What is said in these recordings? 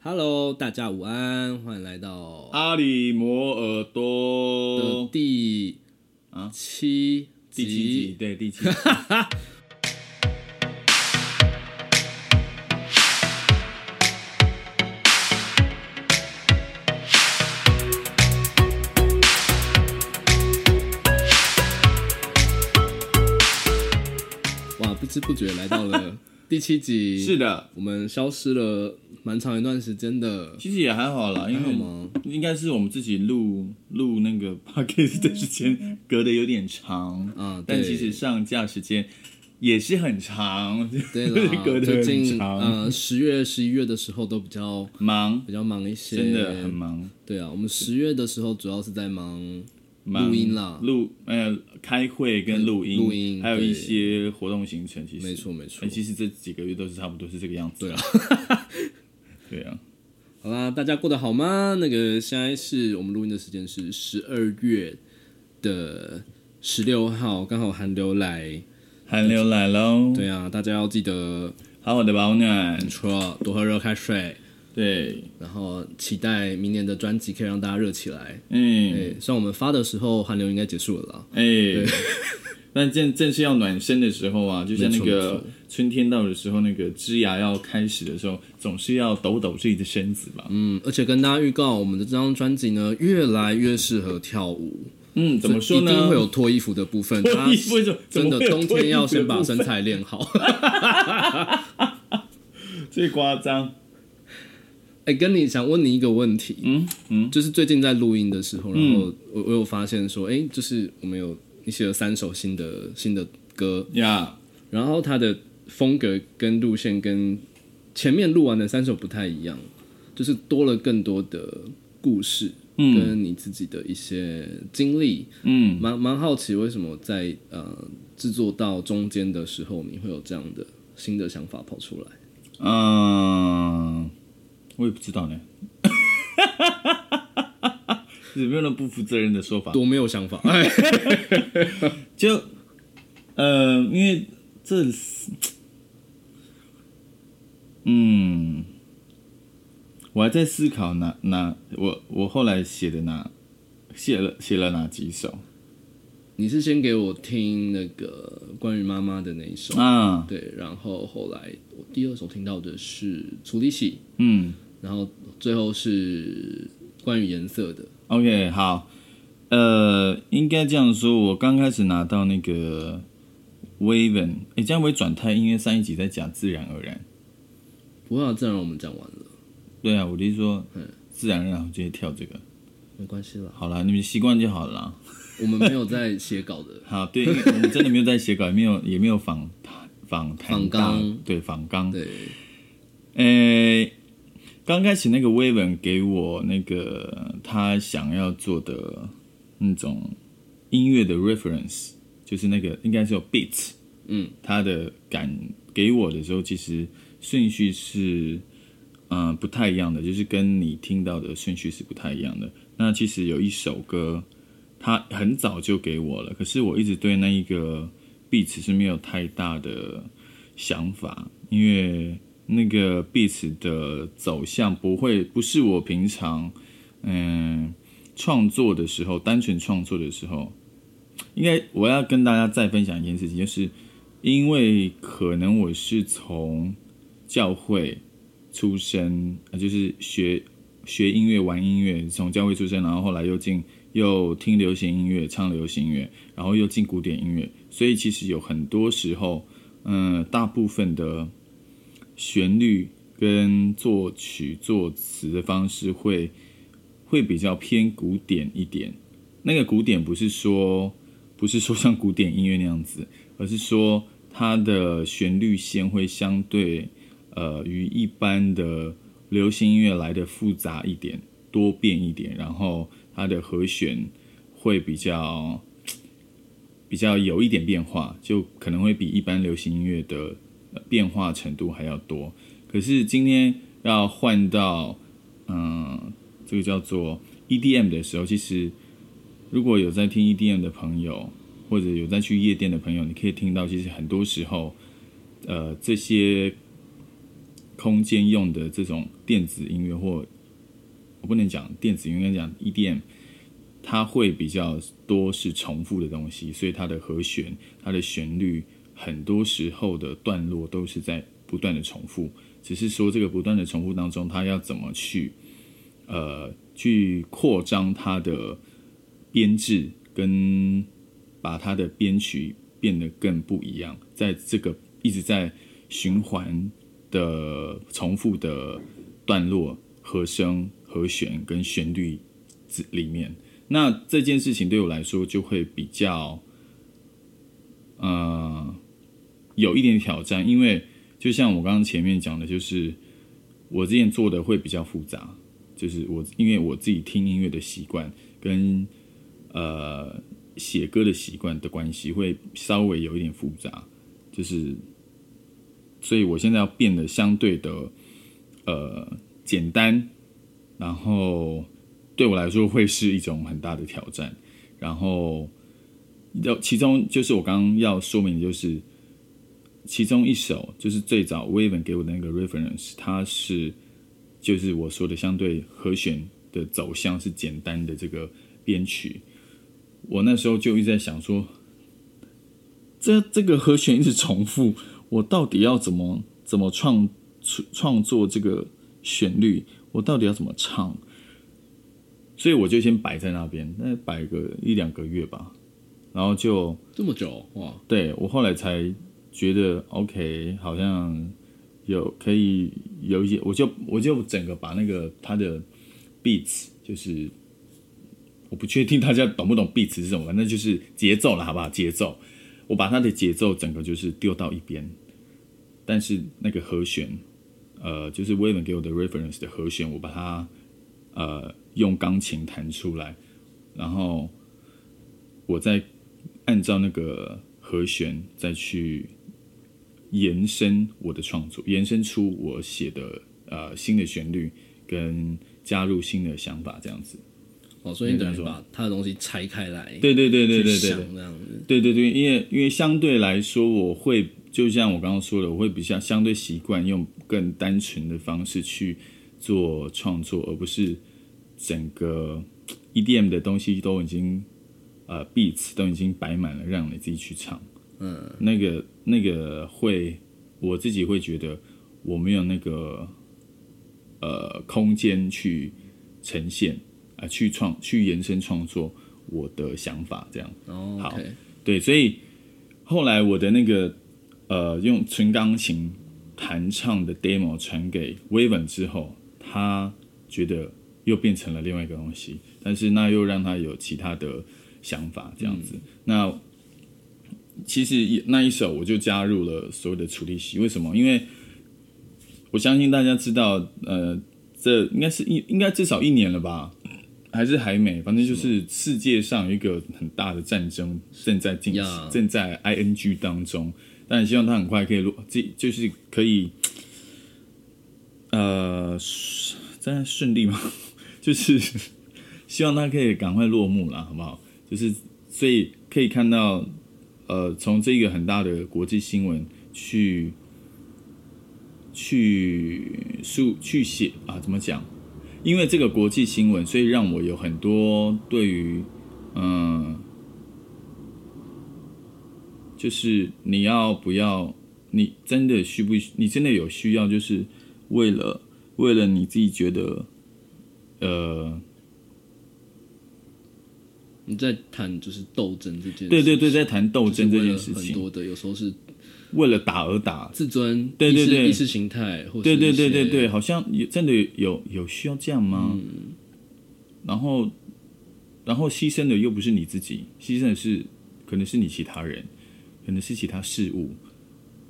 Hello，大家午安，欢迎来到阿里摩尔的多第啊七第七集，对第七集，哇，不知不觉来到 了第七集，是，的，我们消失了蛮长一段时间的，其实也还好啦，因还好为吗应该是我们自己录录那个 podcast 的时间隔得有点长，嗯但对其实上架时间也是很长，对 隔啦，得最很近长，呃十月、十一月的时候都比较忙，比较忙一些，真的很忙，对啊，我们十月的时候主要是在忙，忙录音啦录呃开会跟录音，录音还有对一些活动行程，其实没错没错哎，其实这几个月都是差不多是这个样子，对啊， 对啊，好啦，大家过得好吗？那个现在是我们录音的时间是十二月的十六号，刚好寒流来。寒流来喽，对啊，大家要记得好好的保暖，除了多喝热开水，对，然后期待明年的专辑可以让大家热起来。嗯，对，虽然我们发的时候寒流应该结束了啦。哎、 那正正是要暖身的时候啊，就像那没错没个错春天到的时候，那个枝芽要开始的时候，总是要抖抖自己的身子吧。嗯，而且跟大家预告，我们的这张专辑呢，越来越适合跳 舞。嗯，怎么说一定呢会？有脱衣服的部分。脱衣它服怎么怎真么的会有冬脱衣天服要的先把部身分材练好。最夸张， 哎、跟你想问你一个问题，嗯嗯，就是最近在录音的时候，然后我我有发现说，哎、就是我们有一些有三首新的新的歌，呀、然后它的风格跟路线跟前面录完的三首不太一样，就是多了更多的故事，嗯跟你自己的一些经历，嗯，蛮蛮好奇为什么在呃制作到中间的时候，你会有这样的新的想法跑出来？嗯、啊我也不知道 呢。有没有那不负责任的说法？多没有想法， 哎，就呃，因为这，嗯，我还在思考哪哪我我后来写的哪写了写了哪几首你是先给我听那个关于妈妈的那一首，啊？对，然后后来我第二首听到的是处理喜，嗯然后最后是关于颜色的， ，OK，好，呃，应该这样说，我刚开始拿到那个 Waven，哎、这样会转态，因为上一集在讲自然而然。不过自然我们讲完了，对啊，我就说，自然而然我就会跳这个。没关系啦，好啦，你们习惯就好了啦。，我们没有在写稿的好，对，因为我们真的没有在写稿，也没有也没有访谈访谈访大纲，对访纲。对，呃，刚开始那个 Waven 给我那个他想要做的那种音乐的 reference，就是那个应该是有 beat，嗯，他的感给我的时候，其实顺序是嗯、呃不太一样的，就是跟你听到的顺序是不太一样的。那其实有一首歌，他很早就给我了，可是我一直对那一个 beat 是没有太大的想法，因为那个 beat 的走向不会不是我平常嗯创作的时候，单纯创作的时候。应该我要跟大家再分享一件事情，就是因为可能我是从教会出身，呃就是学学音乐、玩音乐，从教会出身，然后后来又进又听流行音乐、唱流行音乐，然后又进古典音乐，所以其实有很多时候，嗯、大部分的旋律跟作曲作词的方式会会比较偏古典一点。那个古典不是说不是说像古典音乐那样子，而是说它的旋律线会相对呃于一般的流行音乐来的复杂一点、多变一点，然后它的和弦会比较比较有一点变化，就可能会比一般流行音乐的呃变化程度还要多。可是今天要换到嗯，这个叫做 EDM 的时候，其实如果有在听 EDM 的朋友，或者有在去夜店的朋友，你可以听到，其实很多时候，呃，这些空间用的这种电子音乐，或我不能讲电子音乐，应该讲 E EDM，它会比较多是重复的东西，所以它的和弦、它的旋律，很多时候的段落都是在不断的重复。只是说这个不断的重复当中，它要怎么去呃去扩张它的编制，跟把它的编曲变得更不一样，在这个一直在循环的重复的段落、和声、和弦跟旋律之里面。那这件事情对我来说就会比较，呃，有一点挑战，因为就像我刚刚前面讲的，就是我之前做的会比较复杂，就是我因为我自己听音乐的习惯跟呃写歌的习惯的关系，会稍微有一点复杂，就是所以我现在要变得相对的呃简单，然后对我来说会是一种很大的挑战，然后要其中就是我刚刚要说明的就是。其中一首就是最早 Waven 给我的那个 reference，它是就是我说的相对和弦的走向是简单的这个编曲。我那时候就一直在想说，这这个和弦一直重复，我到底要怎么怎么创创创作这个旋律？我到底要怎么唱？所以我就先摆在那边，那摆个一两个月吧，然后就这么久哇，对我后来才觉得 OK，好像有可以有一些，我就我就整个把那个它的 beats，就是我不确定大家懂不懂 beats 是什么，反正就是节奏了，好不好？节奏，我把它的节奏整个就是丢到一边，但是那个和弦，呃，就是 Waven 给我的 reference 的和弦，我把它呃用钢琴弹出来，然后我再按照那个和弦再去延伸我的创作，延伸出我写的呃新的旋律，跟加入新的想法，这样子。哦，所以你等没于错把他的东西拆开来，对对对对去对对对想这样子，对对对，因为因为相对来说，我会就像我刚刚说的，我会比较相对习惯用更单纯的方式去做创作，而不是整个 EDM 的东西都已经呃 beats 都已经摆满了，让你自己去唱。嗯，那个那个会，我自己会觉得我没有那个呃空间去呈现啊、呃去创去延伸创作我的想法这样。哦好，OK，对，所以后来我的那个呃用纯钢琴弹唱的 demo 传给 Waven 之后，他觉得又变成了另外一个东西，但是那又让他有其他的想法这样子。那其实也那一首我就加入了所有的处理器，为什么？因为我相信大家知道，呃，这应该是一应该至少一年了吧，还是还没，反正就是世界上有一个很大的战争正在进行呀正在 ing 当中，但希望它很快可以落，这就是可以，呃，顺这样顺利吗？ 就是希望它可以赶快落幕啦，好不好？就是所以可以看到，呃，从这个很大的国际新闻去去述去写啊，怎么讲？因为这个国际新闻，所以让我有很多对于，嗯，就是你要不要，你真的需不，你真的有需要，就是为了为了你自己觉得，呃，你在谈就是斗争这件事，对对对，在谈斗就是争这为件了事很情，多的有时候是为了打而打，自尊，对对意识对意识形态，或对是对一对对些对，好像有真的有有需要这样吗？嗯然后，然后牺牲的又不是你自己，牺牲的是可能是你其他人，可能是其他事物，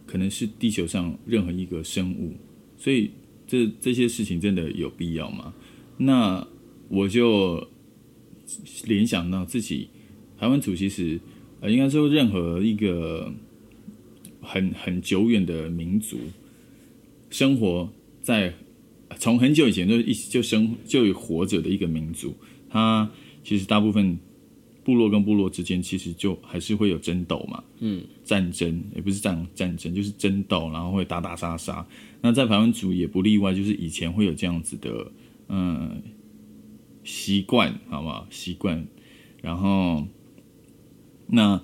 可能是地球上任何一个生物，所以这这些事情真的有必要吗？那我就联想到自己台湾组，其实呃，应该说任何一个很很久远的民族，生活在从很久以前就一就生就活着的一个民族，它其实大部分部落跟部落之间其实就还是会有争斗嘛，嗯，战争也不是战战争，就是争斗，然后会打打杀杀。那在排湾族也不例外，就是以前会有这样子的，嗯，习惯，好不好？习惯。然后，那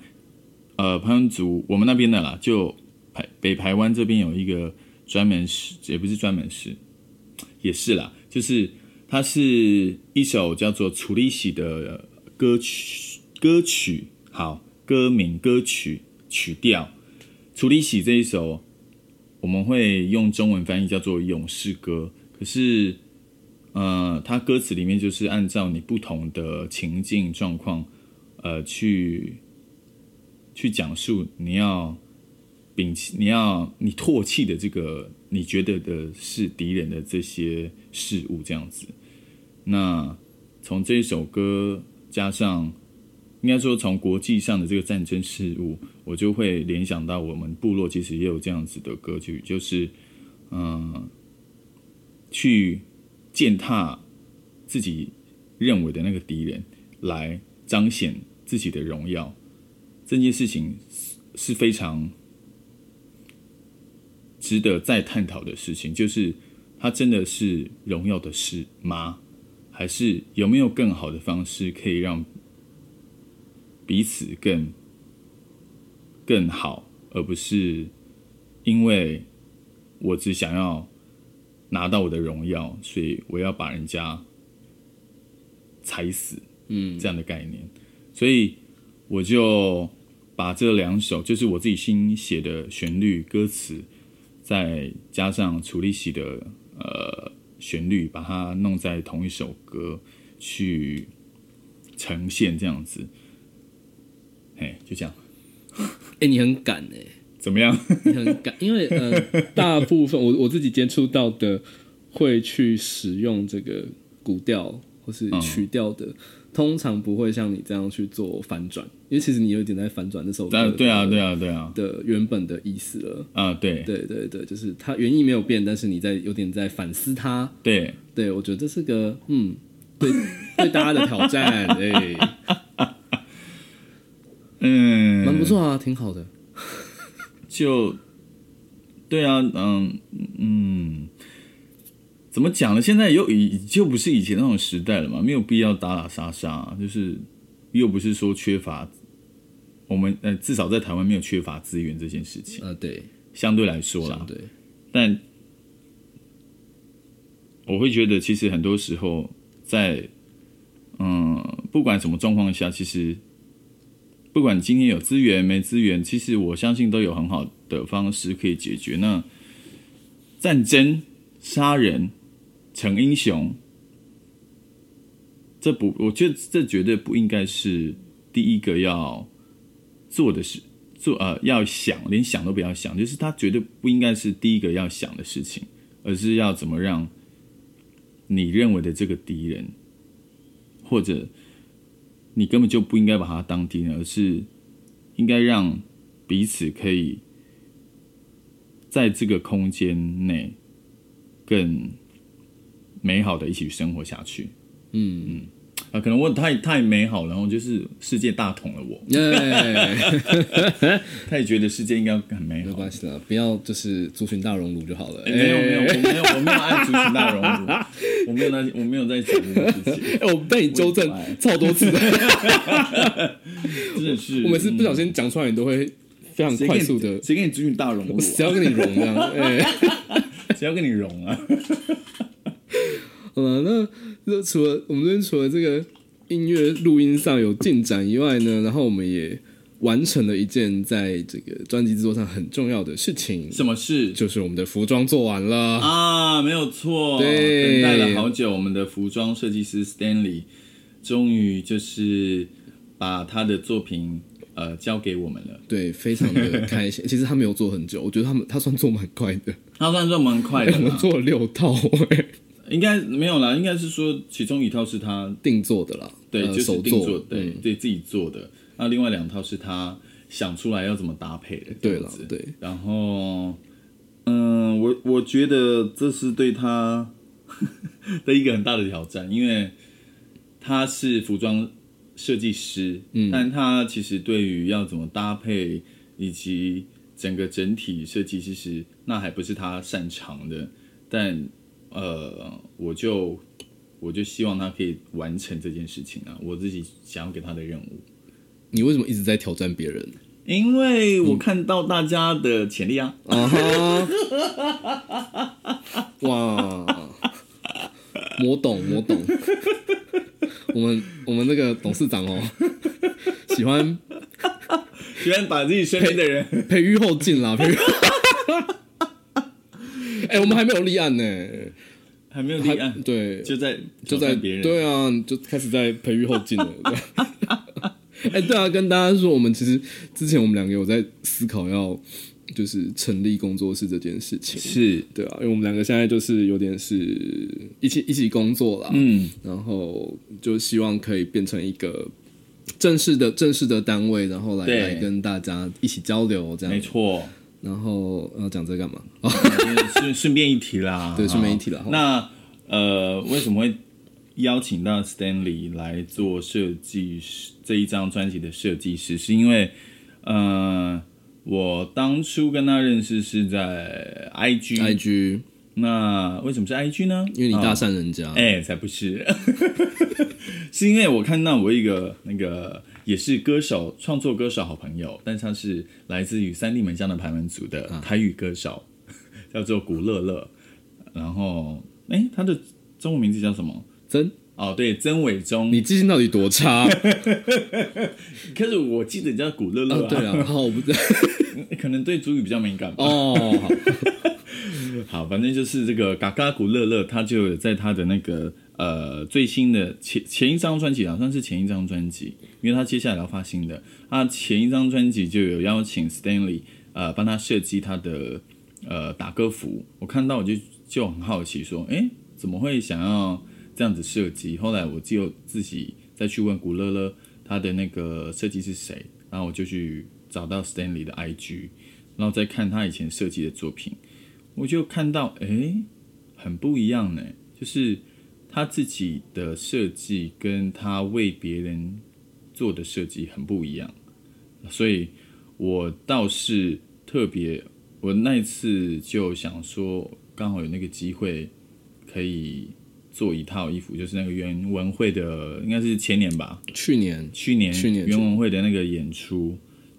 呃，排湾族我们那边的啦，就排北排湾这边有一个专门是，也不是专门是，也是啦，就是它是一首叫做《楚利喜》的歌曲，歌曲好，歌名、歌曲、曲调。楚利喜这一首，我们会用中文翻译叫做《勇士歌》，可是，呃，它歌词里面就是按照你不同的情境状况，呃，去去讲述你要摒弃、你要你唾弃的这个你觉得的是敌人的这些事物这样子。那从这一首歌加上，应该说从国际上的这个战争事务，我就会联想到我们部落其实也有这样子的歌曲，就是嗯、呃去践踏自己认为的那个敌人，来彰显自己的荣耀。这件事情是是非常值得再探讨的事情，就是它真的是荣耀的事吗？还是有没有更好的方式可以让彼此更更好，而不是因为我只想要拿到我的荣耀，所以我要把人家踩死，嗯这样的概念。所以我就把这两首，就是我自己新写的旋律、歌词，再加上楚立喜的呃旋律，把它弄在同一首歌去呈现，这样子。嘿，就这样，哎、你很敢哎、怎么样？你很敢， 因为呃， 大部分我我自己接触到的会去使用这个古调或是嗯曲调的，通常不会像你这样去做反转，因为其实你有一点在反转这首当歌然，对啊，对啊，对啊，的原本的意思了。啊，对对对对，就是它原意没有变，但是你在有点在反思它。对，对我觉得这是个嗯，对对大家的挑 战，哎、嗯，蛮不错啊，挺好的。就对啊，嗯嗯，怎么讲呢？现在又已就不是以前那种时代了嘛，没有必要打打杀杀，就是又不是说缺乏我们呃，至少在台湾没有缺乏资源这件事情，呃，对，相对来说啦相，对，但我会觉得，其实很多时候在嗯，不管什么状况下，其实不管今天有资源没资源，其实我相信都有很好的方式可以解决。那战争、杀人、逞英雄，这不，我觉得这绝对不应该是第一个要做的事。做呃要想，连想都不要想，就是他绝对不应该是第一个要想的事情，而是要怎么让你认为的这个敌人，或者你根本就不应该把他当敌人，而是应该让彼此可以在这个空间内更美好的一起生活下去。嗯，啊，可能我太太美好了，然后就是世界大同了我，耶、他也觉得世界应该很美没好。关系啦，不要就是族群大熔炉就好了。欸没有没有，哎我没有我没有按族群大熔炉，我没有那我没有在讲这个事情， 哎、我被你纠正我也不爱超多 次的，真的是我每次不小心讲出来，你都会非常嗯谁快跟你速的，谁跟你族群大熔炉啊，谁要跟你融这样？哎、谁要跟你融啊？ 好了，那那除了我们这边除了这个音乐录音上有进展以外呢，然后我们也完成了一件在这个专辑制作上很重要的事情，什么事就是我们的服装做完了。啊？没有错，对等待了好久，我们的服装设计师 Stanley 终于就是把他的作品呃交给我们了。对，非常 的开心。其实他没有做很久，我觉得他们他算做蛮快的，他算是蛮快的哎我们啦，做了六套、哎应该没有啦，应该是说其中一套是他定做的啦，对，呃、就是手定做，做，对，嗯对自己做的。那另外两套是他想出来要怎么搭配的，对这样了子，。对，然后，嗯，我我觉得这是对 他的一个很大的挑战，因为他是服装设计师，但他其实对于要怎么搭配以及整个整体设计，其实那还不是他擅长的。但呃，我就我就希望他可以完成这件事情啊，我自己想要给他的任务，你为什么一直在挑战别人？因为我看到大家的潜力啊。啊哈！哇，我懂，我懂。我们我们那个董事长哦，喜欢喜欢把自己身边的人，培育后进啦， 培育。哎、我们还没有立案呢， 还没有还立案，对，就在就在别人，对啊，就开始在培育后进了。 对哎、对啊，跟大家说，我们其实之前我们两个有在思考要就是成立工作室这件事情，是，对啊，因为我们两个现在就是有点是一起一起工作啦，嗯，然后就希望可以变成一个正式的正式的单位，然后来对来跟大家一起交流这没样。错，然后要讲这干嘛？顺 顺便一提啦，对啊顺便一提啦那呃，为什么会邀请到 Stanley 来做设计师这一张专辑的设计师？是因为呃，我当初跟他认识是在 IG，, IG，那为什么是 IG 呢？因为你啊大善人家，哎、才不是， 是因为我看到我一个那个也是歌手、创作歌手好朋友，但是他是来自于三地门乡的排门组的嗯台语歌手， 叫做古乐乐。然后，哎、他的中文名字叫什么？真哦，对，曾伟忠。你记性到底多 差？啊可是我记得叫古乐乐、哦啊对啊，好，我不知道。 可能对主语比较敏感吧。哦，好好，反正就是这个嘎嘎古乐乐，他就有在他的那个呃最新的前前一张专辑，好像是前一张专辑，因为他接下来要发新的，他前一张专辑就有邀请 Stanley 呃帮他设计他的呃打歌服，我看到我就就很好奇说，诶，怎么会想要这样子设计？后来我就自己再去问古乐乐他的那个设计是谁，然后我就去找到 Stanley 的 IG，然后再看他以前设计的作品。我就看到，哎、很不一样呢。就是他自己的设计跟他为别人做的设计很不一样，所以我倒是特别，我那一次就想说，刚好有那个机会可以做一套衣服，就是那个袁文慧的，应该是前年吧，去年去年去年袁文慧的那个演出，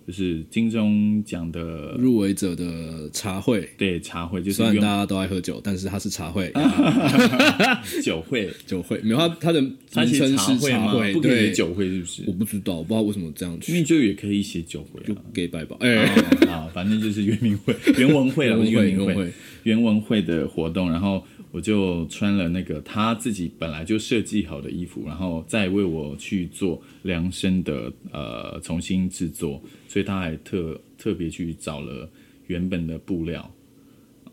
就是金钟奖的入围者的茶会，对茶会，就是虽然袁大家都爱喝酒，但是它是茶会啊酒会。酒会，没有它它的名他写称茶是会茶吗？会，不可以对写，酒会是不是我？不知道，我不知道为什么这样因去为就也可以写酒会啊。给拜吧。哎、 啊，反正就是圆明会、原文会啊，不是圆明原文会会，原文会的活动，然后我就穿了那个他自己本来就设计好的衣服，然后再为我去做量身的呃重新制作，所以他还特特别去找了原本的布料，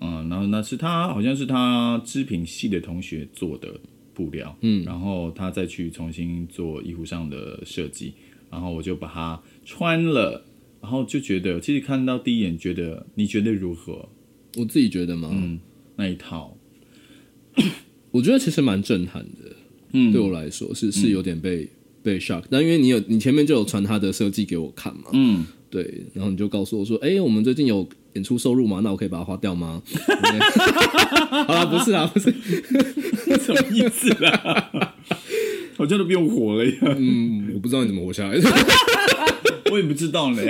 嗯，然后那是他好像是他织品系的同学做的布料，嗯，然后他再去重新做衣服上的设计，然后我就把它穿了。然后就觉得，其实看到第一眼觉得，你觉得如何？我自己觉得嗯嘛，那一套，我觉得其实蛮震撼的。嗯对我来说是是有点被、被 shock，但因为你有你前面就有传他的设计给我看嘛，嗯，对，然后你就告诉我说，哎、我们最近有演出收入嘛，那我可以把它花掉吗？ 好啦，不是啦，不是， 什么意思啦？好像都不用火了呀，嗯，我不知道你怎么活下来的， 我也不知道呢。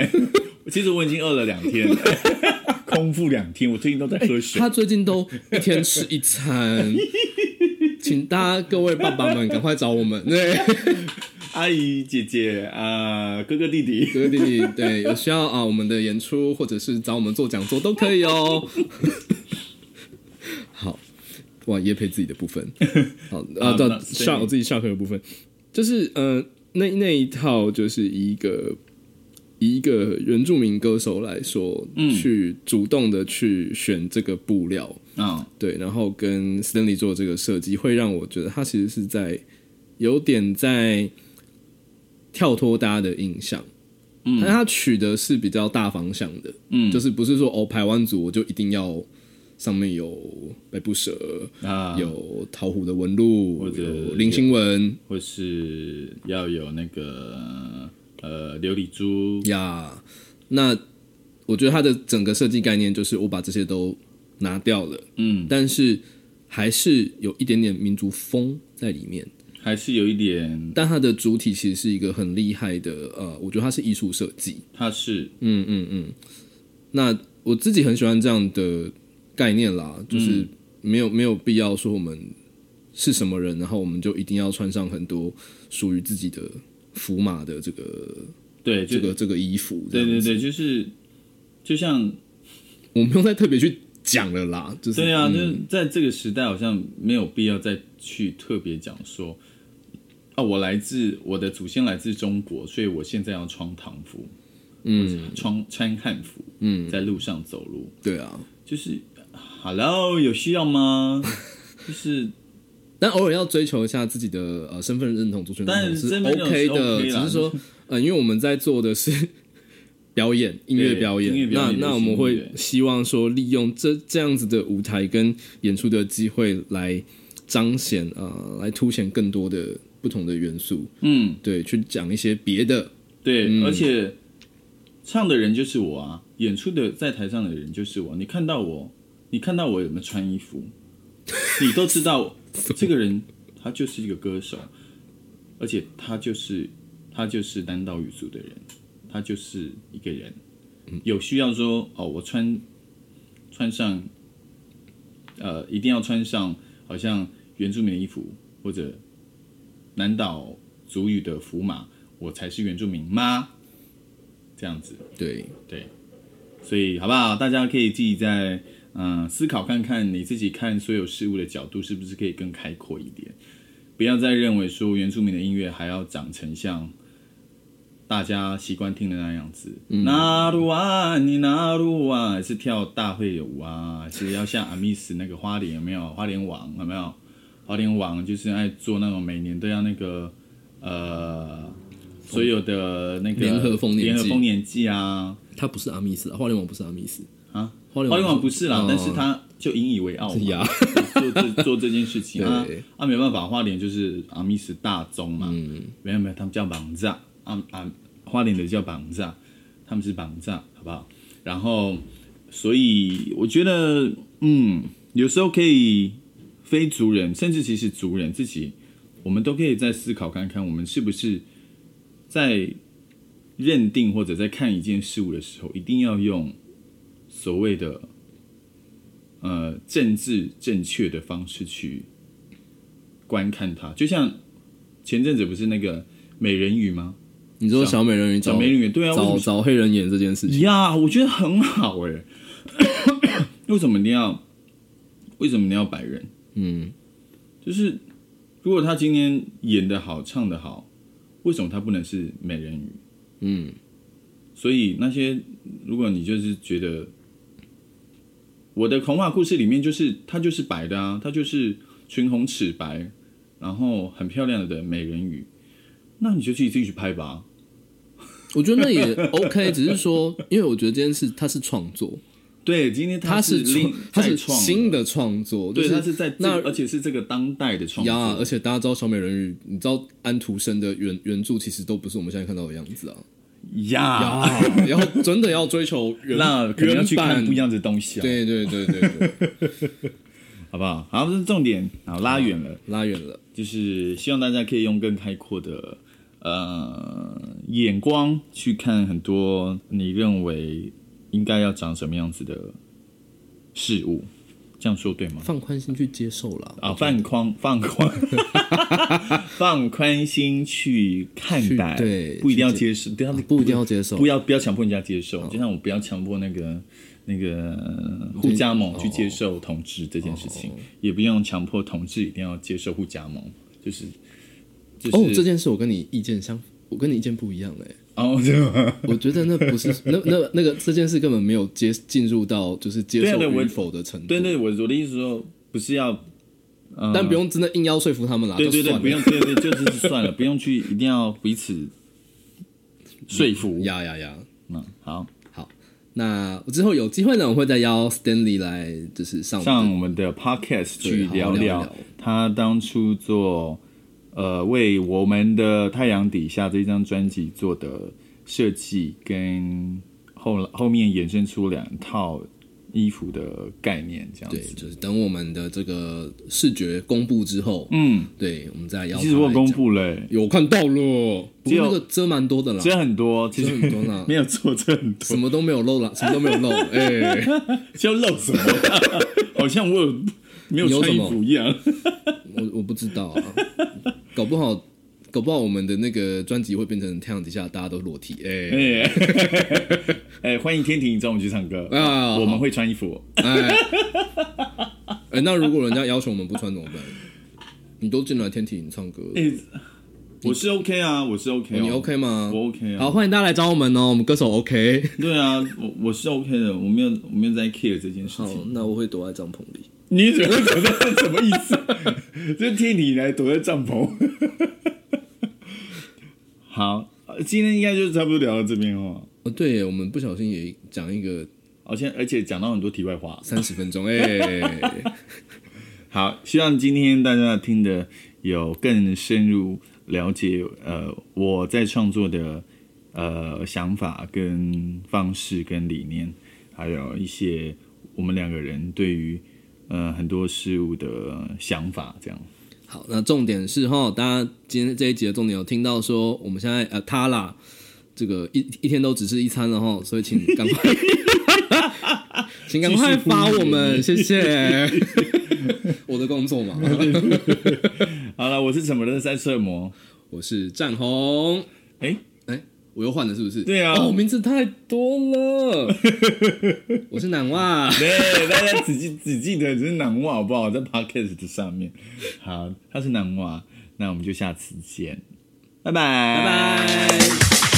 其实我已经饿了两天， 哎空腹两天，我最近都在喝 水。他最近都一天吃一餐，请大家各位爸爸们赶快找我们，对，阿姨、姐姐啊、哥哥、弟弟，各位弟弟，对，有需要啊，我们的演出或者是找我们做讲座都可以哦。 好，哇，也配自己的部分，好啊，好到那所以下我自己下课的部分，就是呃，那那一套就是以一个以一个原住民歌手来说，去主动的去选这个布料，嗯，对，然后跟 Stanley 做这个设计，会让我觉得他其实是在有点在跳脱大家的印象。嗯，但他取的是比较大方向的，嗯，就是不是说哦，台湾族我就一定要上面有百步蛇，啊，有桃虎的纹路，或者有林心文或是要有那个呃琉璃珠，呀。那我觉得它的整个设计概念就是我把这些都拿掉了，嗯，但是还是有一点点民族风在里面。还是有一点，但它的主体其实是一个很厉害的，呃，我觉得它是艺术设计。它是嗯嗯嗯。那我自己很喜欢这样的概念啦，嗯就是没有、没有必要说我们是什么人，然后我们就一定要穿上很多属于自己的符码的这个对，就这个这个衣服。这对样对子，对，就是就像我们不用再特别去讲了啦，就是对啊，嗯就是在这个时代，好像没有必要再去特别讲说，啊，我来自我的祖先来自中国，所以我现在要穿唐服，嗯，穿穿汉服，嗯，在路上走路，对啊。就是，hello，有需要 吗？就是但偶尔要追求一下自己的呃身份认同、族群认但同是是身份认同是 OK 的， OK 啦只是说呃，因为我们在做的 是表演、音乐对表演，音乐表演那流那我行们音会乐希望说利用这这样子的舞台跟演出的机会来彰显呃，来凸显更多的不同的元素，嗯，对，去讲一些别的，对，而且唱的人就是我啊，演出的在台上的人就是我。你看到我，你看到我有没有穿衣服，你都知道这个人他就是一个歌手，而且他就是他就是单刀语足的人，他就是一个人。有需要说哦，我穿穿上，呃，一定要穿上好像原住民的衣服或者南岛族语的服马，我才是原住民吗？这样子，对，所以好不好？大家可以自己在嗯、呃思考看看，你自己看所有事物的角度是不是可以更开阔一点，不要再认为说原住民的音乐还要长成像大家习惯听的那样子。嗯那鲁啊，你那鲁啊，还是跳大会舞啊，还是要像阿密斯那个花莲有没有？花莲王有没有？花莲王就是爱做那种每年都要那个呃。所有的那个联合丰年祭联合丰年祭啊，他不是阿密斯，花莲王不是阿密斯啊，花花莲王不是啦，哦但是他就引以为傲嘛，呀，做这做这件事情啊对啊，没办法，花莲就是阿密斯大宗嘛，嗯没有没有，他们叫绑架，啊啊，花莲的叫绑架，他们是绑架，好不好？然后，所以我觉得，嗯，有时候可以非族人，甚至其实族人自己，我们都可以再思考看看，我们是不是在认定或者在看一件事物的时候，一定要用所谓的呃政治正确的方式去观看它。就像前阵子不是那个美人鱼吗？你说小美人鱼小找美人鱼，对啊，为什找么找黑人演这件事情，呀我觉得很好哎、 为什么你要？为什么你要白人？嗯，就是如果他今天演的好，唱的好，为什么他不能是美人鱼？嗯，所以那些如果你就是觉得我的童话故事里面就是他就是白的啊，他就是唇红齿白，然后很漂亮的美人鱼，那你就自己自己去拍吧。我觉得那也 OK，只是说，因为我觉得这件事它是创作，对，今天它是是创另，它再是创新的创作，就对，他是是在这那而且是这个当代的创呀，而作。且大家知道小美人鱼，你知道安徒生的原原著其实都不是我们现在看到的样子啊，呀，然后真的要追求原那可能要去看不一样，样的东西啊，对对对对对，好不好？好，这是重点，好拉远了，拉远了，就是希望大家可以用更开阔的呃眼光去看很多你认为应该要长什么样子的事物，这样说对吗？放宽心去接受啦，啊，放宽放宽 放宽心去看待，去对不一定要去接受，不要不一定要接受不，要不要强迫人家接受，就像我不要强迫那个那个呃互加哦盟去接受同志这件事情，也不用强迫同志一定要接受互加盟，就是就是哦，这件事我跟你意见相，我跟你意见不一样哎、哦 对吧？我觉得那不是那那那个这件事根本没有接进入到就是接对啊受对我与否的程度，对对，我我的意思说不是要，呃但不用真的硬要说服他们啦，对对啊就算对，了不用对对，就是算了，不用去一定要彼此说服。 呀呀呀，嗯，好，那我之后有机会呢，我会再邀 Stanley 来，就是上上我们的 podcast 对去好好聊聊聊他当初做呃为我们的《太阳底下》这张专辑做的设计，跟后后面衍生出两套衣服的概念，这样对，子。就是等我们的这个视觉公布之后，嗯，对，我们再邀他来讲。其实我有公布了、欸，有看到了，不只过有那个遮蛮多的啦其，实很多，其遮实，很多啦没有做，这很多。 什么都没有漏啦，什么都没有漏。哎，要露什么？好像我有没有你有穿什衣么服一样。我我不知道啊，搞不好搞不好我们的那个专辑会变成太阳底下大家都裸体。哎哎、 哎，欢迎天庭，找我们去唱歌啊哎我们会穿衣服。哎，哎，那如果人家要求我们不穿怎么办？你都进来天体你唱歌，哎、我是 OK 啊，我是 OK，、哦、哎你 OK 吗？我 OK 啊。好，欢迎大家来找我们哦，我们歌手 OK。对啊，我我是 OK 的，我没有我没有在 care 这件 事好情。，那我会躲在帐篷里。你怎么怎么什么意思？就听你来躲在帐篷。好，呃今天应该就差不多聊到这边哦。哦，对耶，我们不小心也讲一个而且而且讲到很多题外话，三十分钟，哎， 好，希望今天大家听的有更深入了解，呃，我在创作的呃想法、跟方式、跟理念，还有一些我们两个人对于呃很多事物的想法，这样。好，那重点是哈，大家今天这一集的重点有听到说，我们现在呃他啦，这个一一天都只吃一餐了哈，所以请赶快，请赶快 发我们，谢 谢。我的工作嘛，好了，我是什么人？塞色魔，我是战红，哎哎，我又换了是不是？对啊哦，名字太多 了，我是南袜。对，大家只记只记得只是南娃好不好？在 podcast 上面，好，他是南娃，那我们就下次见，拜拜，拜拜。